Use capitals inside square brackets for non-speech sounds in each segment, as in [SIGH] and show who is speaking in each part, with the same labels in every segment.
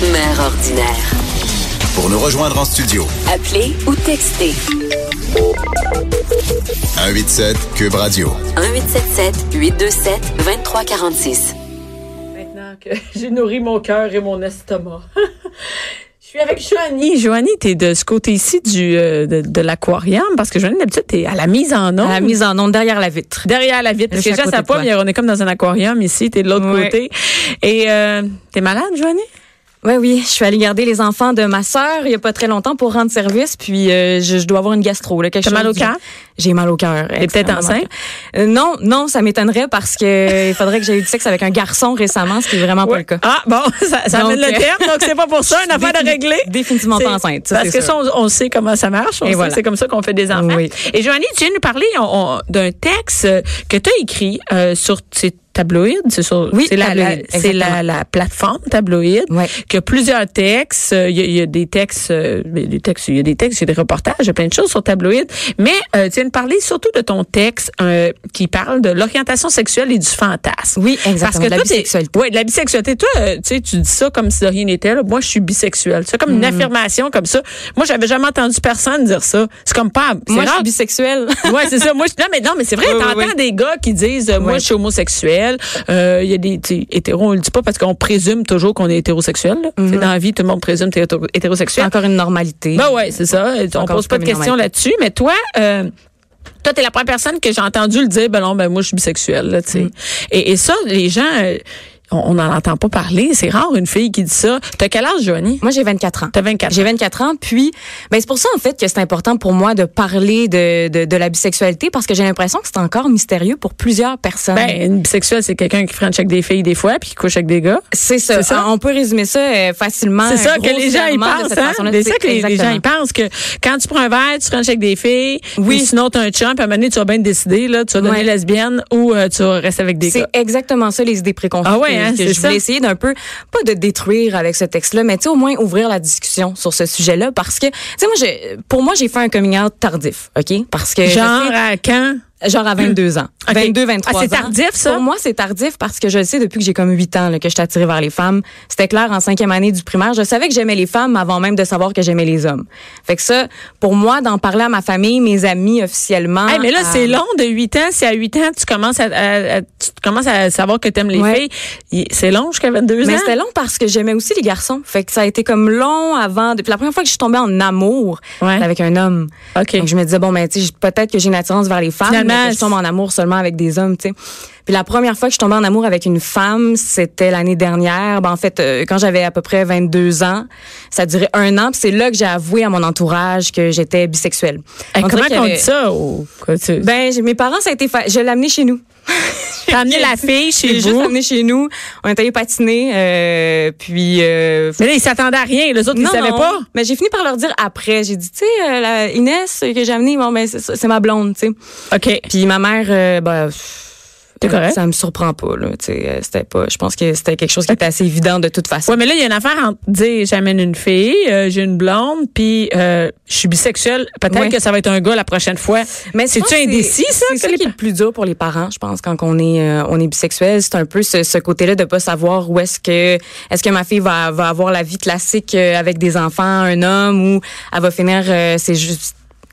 Speaker 1: extraordinaire.
Speaker 2: Pour nous rejoindre en studio,
Speaker 1: Appelez ou textez
Speaker 2: 187 Cube Radio.
Speaker 1: 1877 827 2346.
Speaker 3: Maintenant que [LAUGHS] j'ai nourri mon cœur et mon estomac. [LAUGHS] Je suis avec Joanie. Joanie, t'es de ce côté-ci du euh, de, de l'aquarium parce que Joanie, d'habitude, t'es à la mise en eau.
Speaker 4: À la mise en onde derrière la vitre.
Speaker 3: Derrière la vitre. Parce que
Speaker 4: suis à
Speaker 3: déjà,
Speaker 4: côté
Speaker 3: ça
Speaker 4: de toi.
Speaker 3: pomme, on est comme dans un aquarium ici, t'es de l'autre
Speaker 4: Ouais.
Speaker 3: côté. Et euh, t'es malade, Joanie?
Speaker 4: Ouais, oui, je suis allée garder les enfants de ma sœur il y a pas très longtemps pour rendre service, puis euh, je, je dois avoir une gastro. Là, quelque
Speaker 3: T'as
Speaker 4: chose
Speaker 3: mal au
Speaker 4: du-
Speaker 3: cœur?
Speaker 4: J'ai mal au cœur.
Speaker 3: T'es peut-être
Speaker 4: extrêmement mal
Speaker 3: enceinte?
Speaker 4: au cœur. Euh, non, non, ça m'étonnerait
Speaker 3: [LAUGHS]
Speaker 4: parce que il faudrait que j'aie eu du sexe avec un garçon récemment, ce qui est vraiment pas le cas.
Speaker 3: Ah, bon, [LAUGHS] ça, ça
Speaker 4: Donc,
Speaker 3: amène le
Speaker 4: euh,
Speaker 3: terme, donc c'est pas pour ça, une [LAUGHS] affaire à
Speaker 4: Défini-
Speaker 3: régler.
Speaker 4: Définitivement
Speaker 3: C'est-
Speaker 4: pas enceinte. ça,
Speaker 3: parce
Speaker 4: c'est
Speaker 3: que ça,
Speaker 4: sûr.
Speaker 3: on, on sait comment ça marche. On
Speaker 4: Et
Speaker 3: sait
Speaker 4: voilà.
Speaker 3: que C'est comme ça qu'on fait des enfants.
Speaker 4: Oui.
Speaker 3: Et Joanie, tu viens nous parler on- on- d'un texte euh, que tu as écrit euh, sur ces tabloïdes. C'est sur
Speaker 4: Oui,
Speaker 3: c'est la, la-
Speaker 4: Tabloïd,
Speaker 3: c'est la,
Speaker 4: exactement.
Speaker 3: la plateforme tabloïde.
Speaker 4: Ouais.
Speaker 3: qui a plusieurs textes. Euh, Il y, a- il y a des textes, euh, ben, des textes, il y a des textes, il y a des reportages, il y a plein de choses sur tabloïd. Mais euh, tu viens de parler surtout de ton texte euh, qui parle de l'orientation sexuelle et du fantasme.
Speaker 4: Oui, exactement.
Speaker 3: Parce que
Speaker 4: de la
Speaker 3: toi, t'es-
Speaker 4: bisexualité.
Speaker 3: Ouais, de la bisexualité. Toi, euh, tu sais, tu dis ça comme si de rien n'était. là. Moi, je suis bisexuelle. C'est comme une
Speaker 4: Mm.
Speaker 3: affirmation comme ça. Moi, j'avais jamais entendu personne dire ça. C'est comme pas. c'est
Speaker 4: Moi, je
Speaker 3: rare.
Speaker 4: suis bisexuelle.
Speaker 3: ouais, c'est ça. Moi, je, non, mais non, mais
Speaker 4: [LAUGHS]
Speaker 3: c'est vrai.
Speaker 4: Oui, oui,
Speaker 3: T'entends
Speaker 4: oui.
Speaker 3: des gars qui disent, euh, moi,
Speaker 4: Ouais.
Speaker 3: je suis homosexuel. Euh, Il y a des tu sais, hétéros, on le dit pas parce qu'on présume toujours qu'on est hétérosexuel. là.
Speaker 4: Mm-hmm.
Speaker 3: Tu sais, Dans la vie, tout le monde présume que t'es hétéro-
Speaker 4: C'est
Speaker 3: hétérosexuel.
Speaker 4: [LAUGHS] encore une normalité.
Speaker 3: Ben ouais, c'est ça. On
Speaker 4: encore
Speaker 3: pose pas de
Speaker 4: comme une
Speaker 3: questions là-dessus. Mais toi, euh, toi, t'es la première personne que j'ai entendu le dire. Ben non, ben moi, je suis bisexuelle. Là, tu
Speaker 4: Mm.
Speaker 3: sais. et, et ça, les gens, euh, on n'en entend pas parler. C'est rare une fille qui dit ça. T'as quel âge, Joanie?
Speaker 4: Moi, j'ai 24 ans.
Speaker 3: T'as 24
Speaker 4: J'ai 24 ans, puis ben c'est pour ça en fait que c'est important pour moi de parler de, de, de la bisexualité parce que j'ai l'impression que c'est encore mystérieux pour plusieurs personnes.
Speaker 3: Ben, une bisexuelle, c'est quelqu'un qui french avec des filles des fois, puis qui couche avec des gars.
Speaker 4: c'est
Speaker 3: c'est
Speaker 4: ça.
Speaker 3: ça.
Speaker 4: On peut résumer ça euh, facilement.
Speaker 3: C'est ça
Speaker 4: euh,
Speaker 3: que les gens y
Speaker 4: grossièrement de
Speaker 3: pensent,
Speaker 4: cette
Speaker 3: hein?
Speaker 4: façon-là.
Speaker 3: C'est ça que les, les gens y
Speaker 4: Exactement.
Speaker 3: pensent que quand tu prends un verre, tu rentres avec des filles. Oui.
Speaker 4: Oui.
Speaker 3: sinon, t'as un chum, puis à un moment donné, tu vas bien te décider, là. Tu vas donner
Speaker 4: Ouais.
Speaker 3: lesbienne ou euh, tu vas rester avec des
Speaker 4: C'est
Speaker 3: gars.
Speaker 4: exactement ça les idées préconçues.
Speaker 3: Ah ouais,
Speaker 4: que-
Speaker 3: hein,
Speaker 4: que
Speaker 3: c'est
Speaker 4: je
Speaker 3: ça.
Speaker 4: voulais essayer d'un peu pas de détruire avec ce texte-là, mais tu sais au moins ouvrir la discussion sur ce sujet-là parce que tu sais moi j'ai pour moi j'ai fait un coming out tardif, OK Parce que je sais-
Speaker 3: Genre, à quand?
Speaker 4: Genre à 22 ans.
Speaker 3: Ok.
Speaker 4: 22, 23
Speaker 3: Ah, c'est
Speaker 4: ans.
Speaker 3: tardif, ça?
Speaker 4: Pour moi, c'est tardif parce que je le sais depuis que j'ai comme 8 ans là, que je suis attirée vers les femmes. C'était clair en cinquième année du primaire. Je savais que j'aimais les femmes avant même de savoir que j'aimais les hommes. Fait que ça, pour moi, d'en parler à ma famille, mes amis officiellement.
Speaker 3: Hey, mais là,
Speaker 4: à-
Speaker 3: c'est long de 8 ans. Si à 8 ans, tu commences à, à- à- tu commences à savoir que t'aimes les
Speaker 4: Ouais.
Speaker 3: filles, il- c'est long jusqu'à 22
Speaker 4: Mais
Speaker 3: ans.
Speaker 4: c'était long parce que j'aimais aussi les garçons. Fait que ça a été comme long avant. Depuis la première fois que je suis tombée en amour,
Speaker 3: Ouais.
Speaker 4: c'était avec un homme.
Speaker 3: OK.
Speaker 4: Donc je me disais bon ben tu sais peut-être que j'ai une attirance vers les femmes,
Speaker 3: Finalement,
Speaker 4: mais que je tombe en amour seulement avec des hommes, tu sais. Puis la première fois que je tombais en amour avec une femme, c'était l'année dernière. Ben en fait euh, quand j'avais à peu près 22 ans, ça durait un an. Puis c'est là que j'ai avoué à mon entourage que j'étais bisexuelle.
Speaker 3: Hey,
Speaker 4: On dirait
Speaker 3: Eh, comment
Speaker 4: qu'il y
Speaker 3: qu'on
Speaker 4: avait-
Speaker 3: dit ça? au- quoi, tu-
Speaker 4: Ben j'ai- mes parents ça a été fa- je l'ai amené chez nous.
Speaker 3: T'as amené la fille chez
Speaker 4: J'ai juste
Speaker 3: vous.
Speaker 4: amené chez nous. On est allé patiner euh, puis euh,
Speaker 3: Mais là, ils s'attendaient à rien. Les autres, ils
Speaker 4: Non,
Speaker 3: savaient
Speaker 4: non.
Speaker 3: pas.
Speaker 4: Mais j'ai fini par leur dire après. J'ai dit, tu sais, euh, la Inès euh, que j'ai amenée, bon, ben, c'est ça, c'est ma blonde, tu sais.
Speaker 3: OK.
Speaker 4: Puis ma mère, euh, ben, pff,
Speaker 3: T'es correct?
Speaker 4: Ça me surprend pas, là, tu sais. euh, C'était pas, je pense que c'était quelque chose qui était assez évident de toute façon.
Speaker 3: Ouais, mais là, il y a une affaire entre dire j'amène une fille, euh, j'ai une blonde, puis euh, je suis bisexuelle. Peut-être
Speaker 4: Ouais.
Speaker 3: que ça va être un gars la prochaine fois.
Speaker 4: Mais je pense
Speaker 3: c'est-tu
Speaker 4: que
Speaker 3: indécis, ça?
Speaker 4: C'est
Speaker 3: que
Speaker 4: ça
Speaker 3: les
Speaker 4: qui est le plus dur pour les parents, je pense, quand on est, euh, on est bisexuel. C'est un peu ce, ce côté-là de pas savoir où est-ce que, est-ce que ma fille va, va avoir la vie classique euh, avec des enfants, un homme, ou elle va finir euh, ses, ju-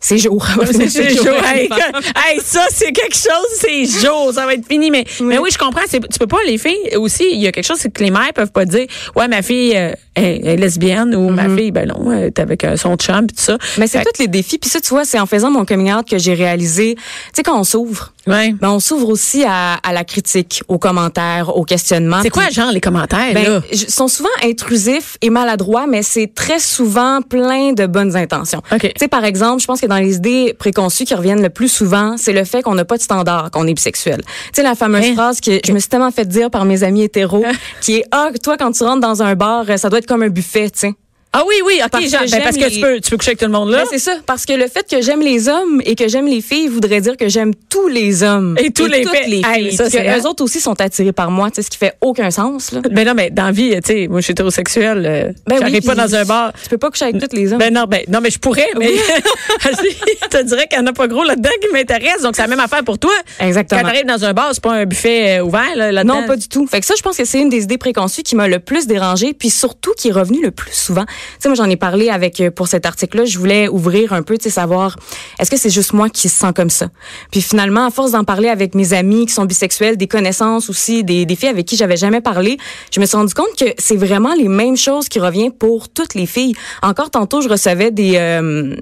Speaker 4: ses jours.
Speaker 3: [LAUGHS]
Speaker 4: Elle va
Speaker 3: C'est
Speaker 4: finir ses
Speaker 3: Joe.
Speaker 4: jours avec
Speaker 3: Hey,
Speaker 4: une femme.
Speaker 3: hey, ça, c'est quelque chose, c'est jour, ça va être fini. Mais oui, mais oui je comprends. c'est- Tu peux pas, les filles, aussi, il y a quelque chose c'est que les mères peuvent pas dire, ouais, ma fille euh, est, est lesbienne ou ma fille, ben non, elle est avec euh, son chum, pis tout ça.
Speaker 4: Mm-hmm. Mais c'est
Speaker 3: Fait
Speaker 4: tous les défis. Puis ça, tu vois, c'est en faisant mon coming out que j'ai réalisé, tu sais, quand on s'ouvre,
Speaker 3: que- Ouais.
Speaker 4: ben, on s'ouvre aussi à, à la critique, aux commentaires, aux questionnements.
Speaker 3: C'est quoi, genre, les commentaires, là?
Speaker 4: Ben, j- sont souvent intrusifs et maladroits, mais c'est très souvent plein de bonnes intentions.
Speaker 3: OK.
Speaker 4: Tu sais, par exemple, je pense que dans les idées préconçues qui reviennent le plus souvent, c'est le fait qu'on n'a pas de standard, qu'on est bisexuel. Tu sais, la fameuse
Speaker 3: Hein?
Speaker 4: phrase que je me suis ah, tellement fait dire par mes amis hétéros, qui est, ah, toi, quand tu rentres dans un bar, euh, ça doit être comme un buffet, tu sais.
Speaker 3: Ah oui, oui, ok,
Speaker 4: Parce que
Speaker 3: genre, ben,
Speaker 4: j'aime
Speaker 3: parce que
Speaker 4: les-
Speaker 3: tu, peux, tu peux coucher avec tout le monde là.
Speaker 4: Ben, c'est ça, parce que le fait que j'aime les hommes et que j'aime les filles voudrait dire que j'aime tous les hommes
Speaker 3: Et tous les
Speaker 4: toutes
Speaker 3: filles.
Speaker 4: les
Speaker 3: Hey, hein?
Speaker 4: filles.
Speaker 3: ça,
Speaker 4: Puis
Speaker 3: c'est
Speaker 4: que
Speaker 3: vrai.
Speaker 4: eux autres aussi sont attirés par moi, tu sais, ce qui fait aucun sens là.
Speaker 3: Ben non, mais dans la vie, tu sais, moi, je suis hétérosexuelle. euh,
Speaker 4: Ben oui,
Speaker 3: J'arrive pas
Speaker 4: puis
Speaker 3: dans un bar.
Speaker 4: Tu peux pas coucher avec tous les hommes.
Speaker 3: Ben non, ben non, mais je pourrais, mais [LAUGHS] je te dirais qu'il n'y en a pas gros là-dedans qui m'intéresse. Donc, c'est la même affaire pour toi.
Speaker 4: Exactement.
Speaker 3: Quand t'arrives dans un bar, c'est pas un buffet euh, ouvert là, là-dedans.
Speaker 4: Non, pas du tout. Fait que ça, je pense que c'est une des idées préconçues qui m'a le plus dérangée, puis surtout qui est revenue le plus souvent. Tu sais, moi, j'en ai parlé avec euh, pour cet article-là. Je voulais ouvrir un peu, tu sais, savoir est-ce que c'est juste moi qui se sens comme ça. Puis finalement, à force d'en parler avec mes amis qui sont bisexuels, des connaissances aussi, des, des filles avec qui j'avais jamais parlé, je me suis rendu compte que c'est vraiment les mêmes choses qui reviennent pour toutes les filles. Encore tantôt, je recevais des euh,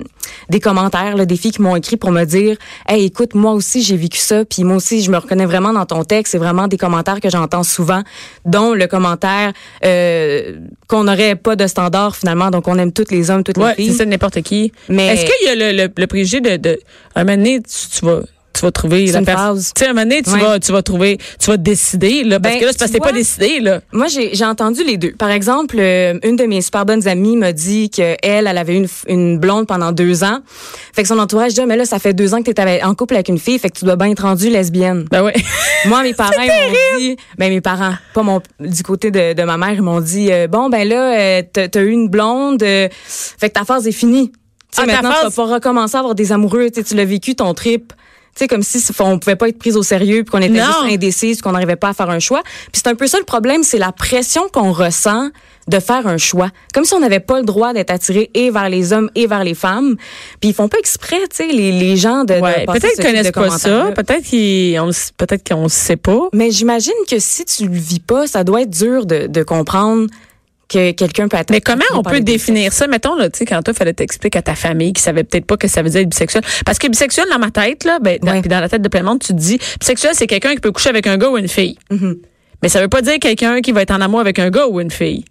Speaker 4: des commentaires, là, des filles qui m'ont écrit pour me dire, hey, écoute, moi aussi j'ai vécu ça, puis moi aussi je me reconnais vraiment dans ton texte. C'est vraiment des commentaires que j'entends souvent, dont le commentaire euh, qu'on n'aurait pas de standard finalement, donc on aime tous les hommes, toutes
Speaker 3: Ouais,
Speaker 4: les
Speaker 3: c'est
Speaker 4: filles.
Speaker 3: ça, n'importe qui.
Speaker 4: Mais-
Speaker 3: Est-ce qu'il y a le, le, le préjugé de, de. Un moment donné, tu, tu vas. Tu vas trouver
Speaker 4: C'est
Speaker 3: la
Speaker 4: une
Speaker 3: personne.
Speaker 4: phase.
Speaker 3: Tu sais, un moment donné, tu,
Speaker 4: Ouais.
Speaker 3: vas, tu vas trouver, tu vas décider, là. Parce
Speaker 4: Ben,
Speaker 3: que là, c'est parce que
Speaker 4: tu
Speaker 3: t'es pas
Speaker 4: vois-
Speaker 3: décidé, là.
Speaker 4: Moi, j'ai j'ai entendu les deux. Par exemple, euh, une de mes super bonnes amies m'a dit que elle, elle avait une, f- une blonde pendant deux ans. Fait que son entourage dit, Ah, mais là, ça fait deux ans que t'es en couple avec une fille, fait que tu dois bien être rendue lesbienne.
Speaker 3: Ben ouais.
Speaker 4: Moi, mes parents, ils m'ont dit, ben mes parents, pas mon, du côté de, de ma mère, ils m'ont dit, euh, bon ben là, euh, t'as t'as eu une blonde, euh, fait que ta phase est finie. Tu
Speaker 3: Ah,
Speaker 4: sais,
Speaker 3: ta
Speaker 4: maintenant,
Speaker 3: phase-
Speaker 4: tu vas pas recommencer à avoir des amoureux. Tu sais, tu l'as vécu ton trip. Tu sais, comme si c'est- on pouvait pas être prise au sérieux, puis qu'on était
Speaker 3: Non.
Speaker 4: juste indécise, qu'on n'arrivait pas à faire un choix. Puis c'est un peu ça le problème, c'est la pression qu'on ressent de faire un choix. Comme si on n'avait pas le droit d'être attiré et vers les hommes et vers les femmes. Puis ils font pas exprès, tu sais, les, les gens de, de
Speaker 3: [LAUGHS] ouais.
Speaker 4: passer
Speaker 3: Peut-être
Speaker 4: ce
Speaker 3: qu'ils
Speaker 4: type de
Speaker 3: connaissent pas ça.
Speaker 4: commentaires-là.
Speaker 3: Peut-être qu'ils- on s- peut-être qu'on ne sait pas.
Speaker 4: Mais j'imagine que si tu le vis pas, ça doit être dur de, de comprendre que quelqu'un peut être.
Speaker 3: Mais comment on peut
Speaker 4: parler de
Speaker 3: définir ça? Mettons, là, tu sais, quand toi, fallait t'expliquer à ta famille qui savait peut-être pas que ça veut dire être bisexuel. Parce que bisexuel, dans ma tête, là, ben, dans,
Speaker 4: Ouais.
Speaker 3: puis dans la tête de plein de monde, tu te dis, bisexuel, c'est quelqu'un qui peut coucher avec un gars ou une fille.
Speaker 4: Mm-hmm.
Speaker 3: Mais ça veut pas dire quelqu'un qui va être en amour avec un gars ou une fille.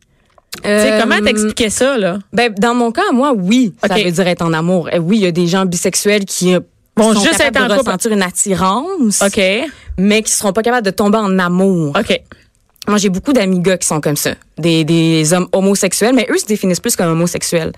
Speaker 4: Euh,
Speaker 3: Tu sais, comment t'expliquais ça, là?
Speaker 4: Ben, dans mon cas, moi, oui,
Speaker 3: Ok.
Speaker 4: ça veut dire être en amour. Eh Oui, il y a des gens bisexuels qui euh,
Speaker 3: Bon,
Speaker 4: sont
Speaker 3: juste
Speaker 4: capables
Speaker 3: être en
Speaker 4: de
Speaker 3: couple.
Speaker 4: ressentir une attirance,
Speaker 3: OK.
Speaker 4: mais qui seront pas capables de tomber en amour.
Speaker 3: OK.
Speaker 4: Moi, j'ai beaucoup d'amis gars qui sont comme ça, des, des hommes homosexuels, mais eux se définissent plus comme homosexuels.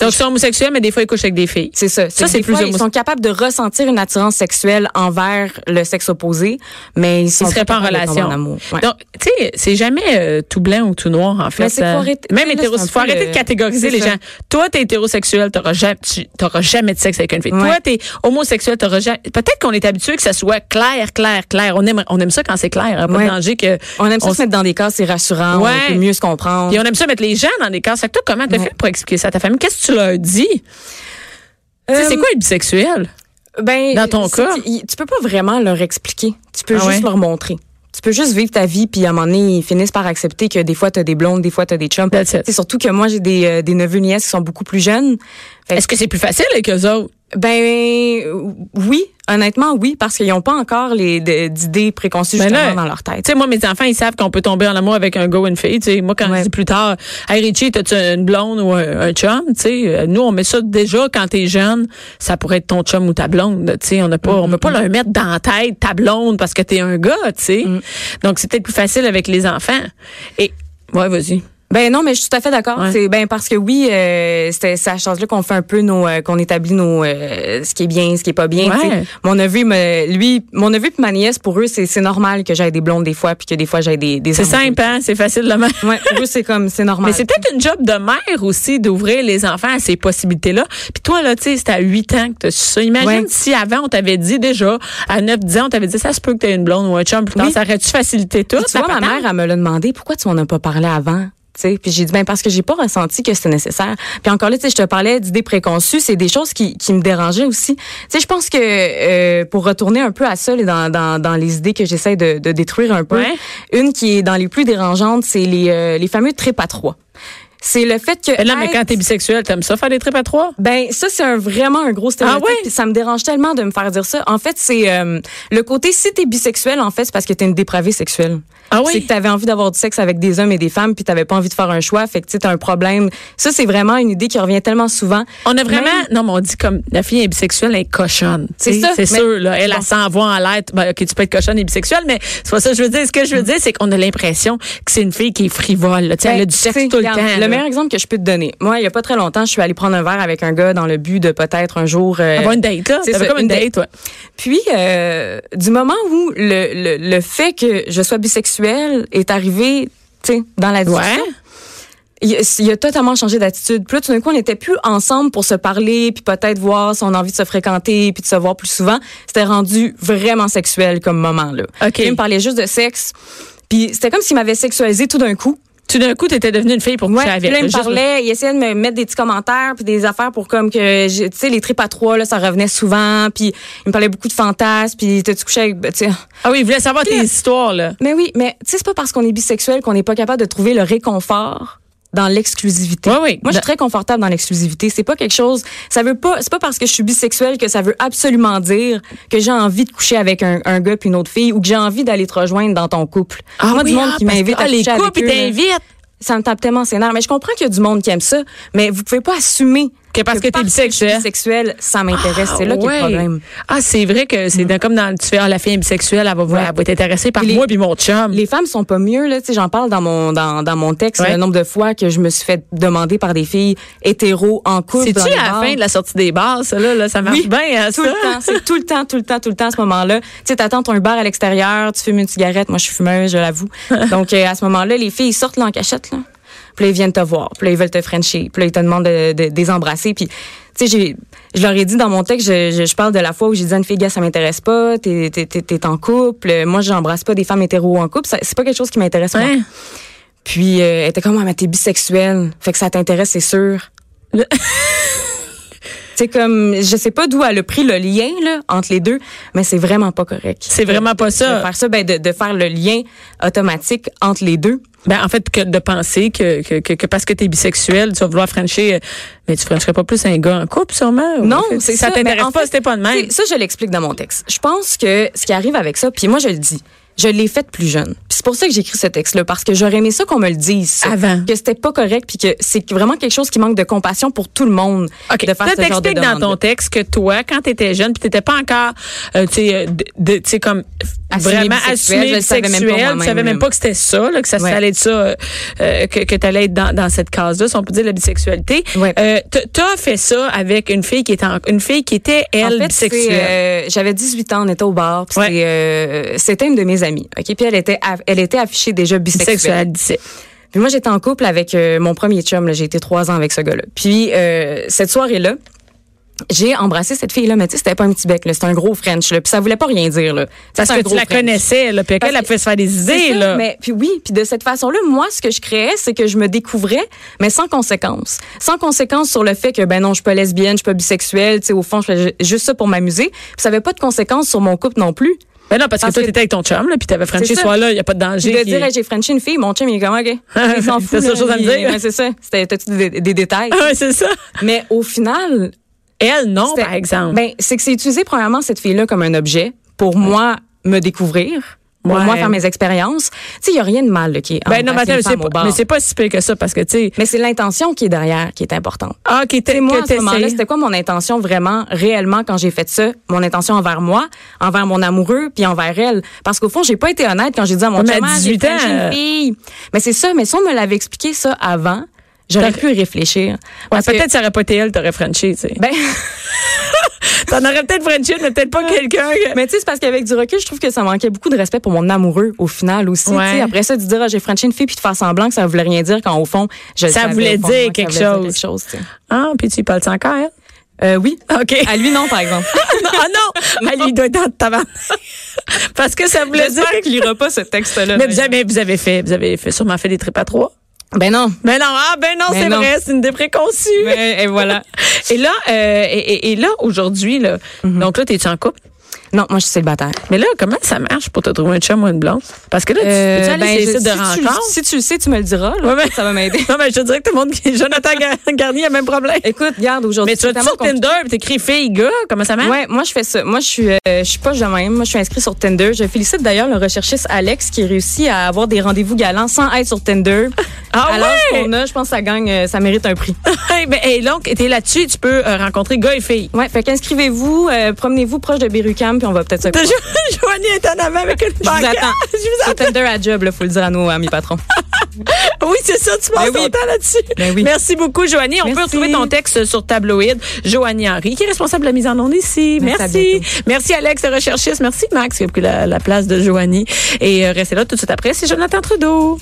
Speaker 3: Donc, ils sont homosexuels, mais des fois, ils couchent avec des filles.
Speaker 4: C'est ça.
Speaker 3: Ça,
Speaker 4: que
Speaker 3: c'est
Speaker 4: des
Speaker 3: plus
Speaker 4: fois,
Speaker 3: homo-
Speaker 4: Ils sont capables de ressentir une attirance sexuelle envers le sexe opposé, mais ils sont
Speaker 3: Ils seraient pas en
Speaker 4: capables de tomber
Speaker 3: relation.
Speaker 4: En amour. Ouais.
Speaker 3: Donc, tu sais, c'est jamais euh, tout blanc ou tout noir, en fait.
Speaker 4: Mais c'est
Speaker 3: hein.
Speaker 4: faut arrêter-
Speaker 3: Même
Speaker 4: là,
Speaker 3: hétéro,
Speaker 4: c'est un
Speaker 3: faut
Speaker 4: peu
Speaker 3: arrêter
Speaker 4: le-
Speaker 3: de catégoriser
Speaker 4: c'est
Speaker 3: les
Speaker 4: ça.
Speaker 3: gens. Toi, t'es hétérosexuel, t'auras jamais, tu- t'auras jamais de sexe avec une fille.
Speaker 4: Ouais.
Speaker 3: Toi, t'es homosexuel, t'auras jamais. Peut-être qu'on est habitué que ça soit clair, clair, clair. On aime, on aime ça quand c'est clair. hein, pas
Speaker 4: Ouais.
Speaker 3: de danger que.
Speaker 4: On aime ça
Speaker 3: on
Speaker 4: se mettre dans des cases, c'est rassurant,
Speaker 3: Ouais.
Speaker 4: on peut mieux se comprendre.
Speaker 3: Puis on aime ça mettre les gens dans des cases. Fait que toi, comment t'as
Speaker 4: Ouais.
Speaker 3: fait pour expliquer ça à ta famille? Qu'est-ce que tu leur dis? Tu sais,
Speaker 4: Euh,
Speaker 3: c'est quoi être bisexuel?
Speaker 4: ben,
Speaker 3: dans ton
Speaker 4: c'est-
Speaker 3: cas?
Speaker 4: Tu, tu peux pas vraiment leur expliquer. Tu peux
Speaker 3: Ah
Speaker 4: juste
Speaker 3: ouais?
Speaker 4: leur montrer. Tu peux juste vivre ta vie, puis à un moment donné, ils finissent par accepter que des fois, t'as des blondes, des fois, t'as des chums.
Speaker 3: That's it.
Speaker 4: C'est surtout que moi, j'ai des, euh, des neveux, nièces qui sont beaucoup plus jeunes. Fait que-
Speaker 3: Est-ce que c'est plus facile avec eux autres?
Speaker 4: ben, euh, oui, honnêtement, oui, parce qu'ils n'ont pas encore les de- d'idées préconçues
Speaker 3: Ben
Speaker 4: justement
Speaker 3: là,
Speaker 4: dans leur tête.
Speaker 3: Tu sais, moi, mes enfants, ils savent qu'on peut tomber en amour avec un gars ou une fille. Tu sais, moi, quand
Speaker 4: Ouais.
Speaker 3: je dis plus tard, Hey Richie, t'as-tu une blonde ou un, un chum? Tu sais, euh, nous, on met ça déjà quand t'es jeune. Ça pourrait être ton chum ou ta blonde. Tu sais, on n'a pas, on peut pas leur mettre dans la tête ta blonde parce que t'es un gars, tu sais. Donc, c'est peut-être plus facile avec les enfants. Et, ouais, vas-y.
Speaker 4: Ben non, mais je suis tout à fait d'accord.
Speaker 3: Ouais.
Speaker 4: C'est ben parce que oui, euh, c'est c'est à ce là qu'on fait un peu nos, euh, qu'on établit nos, euh, ce qui est bien, ce qui est pas bien.
Speaker 3: Ouais.
Speaker 4: tu sais. Mon neveu, me, lui, mon neveu puis ma nièce, pour eux, c'est c'est normal que j'aille des blondes des fois, puis que des fois j'aille des. des
Speaker 3: C'est
Speaker 4: amoureux.
Speaker 3: simple, hein? C'est facile de même.
Speaker 4: Ouais, pour eux, c'est comme c'est normal.
Speaker 3: Mais c'est peut-être une job de mère aussi d'ouvrir les enfants à ces possibilités-là. Puis toi, là, tu sais, c'était à 8 ans que tu ça. Imagine
Speaker 4: Ouais.
Speaker 3: si avant, on t'avait dit déjà, à 9, 10 ans, on t'avait dit, ça se peut que t'aies une blonde ou un chum plus tard.
Speaker 4: Oui.
Speaker 3: Ça aurait-tu facilité tout?
Speaker 4: Puis tu
Speaker 3: la
Speaker 4: vois, ma
Speaker 3: patente?
Speaker 4: mère, elle me l'a demandé. Pourquoi tu m'en as pas parlé avant? Tu sais, Puis j'ai dit, ben parce que j'ai pas ressenti que c'était nécessaire. Puis encore là, tu sais, je te parlais d'idées préconçues, c'est des choses qui, qui me dérangeaient aussi. Tu sais, je pense que euh, pour retourner un peu à ça, là, dans, dans, dans les idées que j'essaie de, de détruire un peu,
Speaker 3: Ouais.
Speaker 4: une qui est dans les plus dérangeantes, c'est les, euh, les fameux tripes à trois. C'est le fait que...
Speaker 3: Ben là, mais
Speaker 4: être-
Speaker 3: quand t'es bisexuel, t'aimes ça faire des trips à trois?
Speaker 4: ben ça c'est un, vraiment un gros stéréotype.
Speaker 3: Ah ouais?
Speaker 4: puis Ça me dérange tellement de me faire dire ça. En fait, c'est euh, le côté si t'es bisexuel, en fait, c'est parce que t'es une dépravée sexuelle.
Speaker 3: Ah oui?
Speaker 4: C'est que t'avais envie d'avoir du sexe avec des hommes et des femmes, puis t'avais pas envie de faire un choix, fait que tu sais, t'as un problème. Ça c'est vraiment une idée qui revient tellement souvent.
Speaker 3: On a vraiment,
Speaker 4: Même-
Speaker 3: non, mais on dit comme, la fille est bisexuelle, elle est cochonne.
Speaker 4: C'est
Speaker 3: Tu sais,
Speaker 4: ça,
Speaker 3: C'est
Speaker 4: mais-
Speaker 3: sûr, là. Elle, elle
Speaker 4: Bon.
Speaker 3: s'envoie en lettres. Ben, OK, tu peux être cochonne et bisexuelle, mais c'est pas ça que je veux dire. Ce que je veux dire, c'est qu'on a l'impression que c'est une fille qui est frivole, là. Tu sais,
Speaker 4: Ben,
Speaker 3: elle a du sexe
Speaker 4: tu sais,
Speaker 3: tout le temps.
Speaker 4: regarde,
Speaker 3: là.
Speaker 4: le meilleur exemple que je peux te donner. Moi, il y a pas très longtemps, je suis allée prendre un verre avec un gars dans le but de peut-être un jour euh,
Speaker 3: Avoir une date, là.
Speaker 4: c'est
Speaker 3: T'avais
Speaker 4: ça,
Speaker 3: comme une
Speaker 4: une
Speaker 3: date,
Speaker 4: date.
Speaker 3: toi.
Speaker 4: Puis, euh, du moment où le, le, le fait que je sois bisexuelle est arrivé, tu sais, dans la discussion,
Speaker 3: Ouais.
Speaker 4: il, a- il a totalement changé d'attitude. Puis là, tout d'un coup, on n'était plus ensemble pour se parler, puis peut-être voir si on a envie de se fréquenter, puis de se voir plus souvent. C'était rendu vraiment sexuel comme moment, là.
Speaker 3: OK.
Speaker 4: Il me parlait juste de sexe. Puis c'était comme s'il m'avait sexualisé tout d'un coup.
Speaker 3: Tout d'un coup, t'étais devenue une fille pour coucher
Speaker 4: Ouais, puis
Speaker 3: avec.
Speaker 4: là, il me
Speaker 3: Juste-
Speaker 4: parlait, il essayait de me mettre des petits commentaires puis des affaires pour comme que j'ai- tu sais les tripes à trois là, ça revenait souvent puis il me parlait beaucoup de fantasmes puis t'as tu couché avec ben, tu sais.
Speaker 3: Ah oui, il voulait savoir tes histoires, là.
Speaker 4: Mais oui, mais tu sais c'est pas parce qu'on est bisexuel qu'on n'est pas capable de trouver le réconfort dans l'exclusivité.
Speaker 3: Ouais, Ben- oui.
Speaker 4: Moi, je suis
Speaker 3: Dans-
Speaker 4: très confortable dans l'exclusivité. C'est pas quelque chose. Ça veut pas. C'est pas parce que je suis bisexuelle que ça veut absolument dire que j'ai envie de coucher avec un, un gars puis une autre fille ou que j'ai envie d'aller te rejoindre dans ton couple. Moi, du monde qui
Speaker 3: parce que-
Speaker 4: m'invite
Speaker 3: ah,
Speaker 4: à
Speaker 3: les
Speaker 4: coucher
Speaker 3: couples,
Speaker 4: avec
Speaker 3: ils
Speaker 4: eux, là
Speaker 3: t'invitent.
Speaker 4: ça me tape tellement ses nerfs. Mais je comprends qu'il y a du monde qui aime ça, mais vous pouvez pas assumer
Speaker 3: Que parce que t'es
Speaker 4: je suis
Speaker 3: bisexuel.
Speaker 4: bisexuel, ça m'intéresse.
Speaker 3: Ah,
Speaker 4: c'est là qu'est
Speaker 3: ouais.
Speaker 4: le problème.
Speaker 3: Ah, c'est vrai que c'est dans- comme dans le tueur, la fille est bisexuelle, elle va, voir- elle va être intéressée par
Speaker 4: Puis les-
Speaker 3: moi puis mon chum.
Speaker 4: Les femmes sont pas mieux là, tu sais, j'en parle dans mon dans, dans mon texte
Speaker 3: Ouais.
Speaker 4: le nombre de fois que je me suis fait demander par des filles hétéro en couple
Speaker 3: C'est-tu
Speaker 4: dans
Speaker 3: à
Speaker 4: les
Speaker 3: la
Speaker 4: bars.
Speaker 3: fin de la sortie des bars, ça, là? là, ça marche
Speaker 4: Oui,
Speaker 3: bien, hein,
Speaker 4: tout
Speaker 3: ça?
Speaker 4: le temps, c'est tout le temps, tout le temps, tout le temps à ce moment-là. Tu sais, t'attends ton bar à l'extérieur, tu fumes une cigarette. Moi, je suis fumeuse,
Speaker 3: [LAUGHS]
Speaker 4: je l'avoue. Donc, euh, à ce moment-là, les filles, ils sortent là en cachette, là. Puis là, ils viennent te voir. Puis là, ils veulent te frencher. Puis là, ils te demandent de, de- de les embrasser. Puis, tu sais, j'ai- je leur ai dit dans mon texte, je, je- je parle de la fois où j'ai dit à une fille, gars, ça m'intéresse pas, t'es, t'es, t'es- t'es en couple, moi, j'embrasse pas des femmes hétéros en couple, Ça- c'est pas quelque chose qui m'intéresse, moi.
Speaker 3: Hein?
Speaker 4: Puis, euh, elle était comme, ah, mais t'es bisexuelle. Fait que ça t'intéresse, c'est sûr.
Speaker 3: Le-
Speaker 4: [LAUGHS] C'est comme, je sais pas d'où elle a pris le lien, là, entre les deux, mais c'est vraiment pas correct.
Speaker 3: C'est vraiment pas
Speaker 4: De
Speaker 3: ça.
Speaker 4: faire ça, ben, de, de faire le lien automatique entre les deux.
Speaker 3: Ben, en fait, que de penser que, que, que, que parce que t'es bisexuel, tu vas vouloir frencher, euh, mais tu frencherais pas plus un gars en couple, sûrement? ou-
Speaker 4: Non,
Speaker 3: en fait,
Speaker 4: c'est
Speaker 3: ça.
Speaker 4: ça.
Speaker 3: t'intéresse
Speaker 4: Ben, en
Speaker 3: pas,
Speaker 4: fait,
Speaker 3: c'était pas de même.
Speaker 4: tu sais, Ça, je l'explique dans mon texte. Je pense que ce qui arrive avec ça, puis moi, je le dis, je l'ai fait plus jeune. Puis c'est pour ça que j'écris ce texte-là, parce que j'aurais aimé ça qu'on me le dise. ça.
Speaker 3: Avant.
Speaker 4: Que c'était pas correct, puis que c'est vraiment quelque chose qui manque de compassion pour tout le monde.
Speaker 3: OK.
Speaker 4: De faire
Speaker 3: Ça
Speaker 4: ce genre de
Speaker 3: t'explique dans ton
Speaker 4: demande-là.
Speaker 3: texte que toi, quand tu étais jeune, puis t'étais pas encore, euh, tu sais, euh, de- de- tu sais, comme
Speaker 4: Assumée
Speaker 3: vraiment
Speaker 4: bisexuelle,
Speaker 3: assumé
Speaker 4: je le savais même pas
Speaker 3: sexuel, tu
Speaker 4: moi-même,
Speaker 3: savais même
Speaker 4: là.
Speaker 3: pas que c'était ça, là, que ça
Speaker 4: Ouais.
Speaker 3: allait être ça, euh, euh, que, que t'allais être dans, dans cette case-là, si on peut dire la bisexualité.
Speaker 4: Ouais.
Speaker 3: Euh, t- T'as fait ça avec une fille qui était, en- une fille qui était elle
Speaker 4: en fait, c'est,
Speaker 3: bisexuelle.
Speaker 4: euh, j'avais 18 ans, on était au bar, puis
Speaker 3: Ouais.
Speaker 4: c'est, euh, c'était une de mes amies. OK, puis elle était aff- elle était affichée déjà bisexuelle.
Speaker 3: Bisexuelle, disait.
Speaker 4: Puis moi j'étais en couple avec euh, mon premier chum, là, j'ai été trois ans avec ce gars-là. Puis euh, cette soirée-là, j'ai embrassé cette fille-là, mais tu sais, c'était pas un petit bec, là, c'était un gros French, là, puis ça voulait pas rien dire, là.
Speaker 3: Parce
Speaker 4: C'était un
Speaker 3: que tu
Speaker 4: gros
Speaker 3: la
Speaker 4: French.
Speaker 3: connaissais, là, puis
Speaker 4: Parce
Speaker 3: qu'elle, elle
Speaker 4: que-
Speaker 3: pouvait se faire des
Speaker 4: C'est
Speaker 3: idées,
Speaker 4: ça,
Speaker 3: là.
Speaker 4: Mais puis oui, puis de cette façon-là, moi, ce que je créais, c'est que je me découvrais, mais sans conséquence, sans conséquence sur le fait que ben non, je suis pas lesbienne, je suis pas bisexuelle, tu sais, au fond, je fais ju- juste ça pour m'amuser. Puis ça avait pas de conséquences sur mon couple non plus.
Speaker 3: Ben non, parce que
Speaker 4: Parce
Speaker 3: toi,
Speaker 4: que-
Speaker 3: t'étais avec ton chum, là, puis t'avais
Speaker 4: C'est
Speaker 3: franchi ce
Speaker 4: ça.
Speaker 3: soir-là, il a pas de danger.
Speaker 4: Puis de
Speaker 3: qui-
Speaker 4: dire, Hey, j'ai Frenché une fille, mon chum, il est comme, OK.
Speaker 3: [LAUGHS]
Speaker 4: Il s'en fout.
Speaker 3: C'est ça,
Speaker 4: là.
Speaker 3: chose à me
Speaker 4: Il-
Speaker 3: dire.
Speaker 4: ouais, c'est ça. C'était t'as-tu des,
Speaker 3: [LAUGHS]
Speaker 4: des détails.
Speaker 3: Ah, [LAUGHS] ouais, c'est ça.
Speaker 4: Mais au final,
Speaker 3: Elle, non,
Speaker 4: c'était-
Speaker 3: Oh, par exemple.
Speaker 4: Ben, c'est que c'est utilisé premièrement cette fille-là comme un objet pour moi me découvrir, pour
Speaker 3: Ouais.
Speaker 4: moi faire mes expériences. Tu sais, il y a rien de mal là, qui est
Speaker 3: Ben non, mais
Speaker 4: embrasser
Speaker 3: attends,
Speaker 4: une
Speaker 3: mais c'est
Speaker 4: femme au
Speaker 3: pas,
Speaker 4: bar.
Speaker 3: mais c'est pas si pire que ça parce que, tu sais.
Speaker 4: Mais c'est l'intention qui est derrière qui est importante.
Speaker 3: Ah, qui était
Speaker 4: Et moi, à ce moment-là, c'était quoi mon intention vraiment, réellement, quand j'ai fait ça? Mon intention envers moi, envers mon amoureux, puis envers elle. Parce qu'au fond, j'ai pas été honnête quand j'ai dit à mon
Speaker 3: Mais à
Speaker 4: chum, Ah, j'ai
Speaker 3: 18 ans,
Speaker 4: flashé une
Speaker 3: euh,
Speaker 4: fille. Mais c'est ça, mais si on me l'avait expliqué ça avant, j'aurais
Speaker 3: T'aurais-
Speaker 4: pu réfléchir. Parce que-
Speaker 3: peut-être que ça aurait pas été elle, t'aurais Frenchie, tu sais.
Speaker 4: ben,
Speaker 3: [LAUGHS] T'en aurais peut-être Frenchie, mais peut-être pas quelqu'un. que-
Speaker 4: mais tu sais, c'est parce qu'avec du recul, je trouve que ça manquait beaucoup de respect pour mon amoureux au final aussi.
Speaker 3: Ouais.
Speaker 4: Tu sais, Après ça, de dire Ah, j'ai franchi une fille puis de faire semblant que ça voulait rien dire quand au fond, je le
Speaker 3: Ça
Speaker 4: savais,
Speaker 3: voulait
Speaker 4: au fond de
Speaker 3: dire
Speaker 4: moi, que ça
Speaker 3: quelque
Speaker 4: voulait dire
Speaker 3: chose.
Speaker 4: quelque chose. tu sais.
Speaker 3: Ah, puis tu y parles encore,
Speaker 4: [LAUGHS]
Speaker 3: elle?
Speaker 4: Euh, oui.
Speaker 3: OK.
Speaker 4: À lui non, par exemple.
Speaker 3: Non, ah non! [LAUGHS] Elle, il doit être en tabarnak. Parce que ça voulait dire.
Speaker 4: J'espère qu'il lira pas ce texte-là.
Speaker 3: Mais
Speaker 4: d'ailleurs.
Speaker 3: vous avez, vous avez fait, vous avez fait, sûrement fait des tripes à trois.
Speaker 4: Ben non.
Speaker 3: Mais non, ah, ben non,
Speaker 4: Mais
Speaker 3: c'est
Speaker 4: non.
Speaker 3: vrai, c'est une idée préconçue.
Speaker 4: Mais- et voilà.
Speaker 3: [LAUGHS] Et là, euh, et, et- et là, aujourd'hui, là,
Speaker 4: Mm-hmm.
Speaker 3: donc là, t'es-tu en couple?
Speaker 4: Non, moi, je suis célibataire.
Speaker 3: Mais là, comment ça marche pour te trouver un chum ou une blonde? Parce que là, tu, peux-tu
Speaker 4: Euh,
Speaker 3: aller
Speaker 4: ben,
Speaker 3: sur les
Speaker 4: je-
Speaker 3: sites de
Speaker 4: si tu le- ben.
Speaker 3: rencontres?
Speaker 4: si tu le sais, tu me le diras. là.
Speaker 3: Ouais, mais-
Speaker 4: Ça va m'aider.
Speaker 3: [LAUGHS] Non, mais je te dirais que tout le monde qui Jonathan Gar- Garnier a le même problème.
Speaker 4: [LAUGHS] Écoute, regarde, aujourd'hui,
Speaker 3: Mais tu
Speaker 4: c'est
Speaker 3: vas
Speaker 4: tellement
Speaker 3: sur
Speaker 4: compliqué.
Speaker 3: Tinder et t'écris fille, gars, comment ça marche?
Speaker 4: Ouais, moi je fais ça. Moi je suis euh, je suis pas de même. Moi je suis inscrite sur Tinder. Je félicite d'ailleurs le recherchiste Alex qui réussit à avoir des rendez-vous galants sans être sur Tinder.
Speaker 3: Ah
Speaker 4: Alors
Speaker 3: ouais?
Speaker 4: qu'on a, je pense que ça gagne euh, ça mérite un prix.
Speaker 3: Hey, [LAUGHS] ben, hey, donc, t'es là-dessus, tu peux euh, rencontrer gars et
Speaker 4: [LAUGHS]
Speaker 3: filles. [LAUGHS]
Speaker 4: Ouais, fait qu'inscrivez-vous, euh, promenez-vous proche de Berucam puis on va peut-être se
Speaker 3: T'as Jo- Joanie est en avant avec une
Speaker 4: [LAUGHS] Je vous
Speaker 3: pancarte.
Speaker 4: attends.
Speaker 3: [LAUGHS] Je vous
Speaker 4: Sur Tinder à job, là, faut le dire à nos amis patrons.
Speaker 3: Oui, c'est ça, tu passes
Speaker 4: Ben oui.
Speaker 3: ton temps là-dessus.
Speaker 4: Ben oui.
Speaker 3: Merci beaucoup, Joanie. On peut
Speaker 4: Merci.
Speaker 3: retrouver ton texte sur Tabloïd. Joanie Henry, qui est responsable de la mise en onde ici.
Speaker 4: Merci, à
Speaker 3: Merci.
Speaker 4: bientôt.
Speaker 3: Merci, Alex, le recherchiste. Merci, Max, qui a pris la, la place de Joanie. Et euh, restez là tout de suite après. C'est Jonathan Trudeau.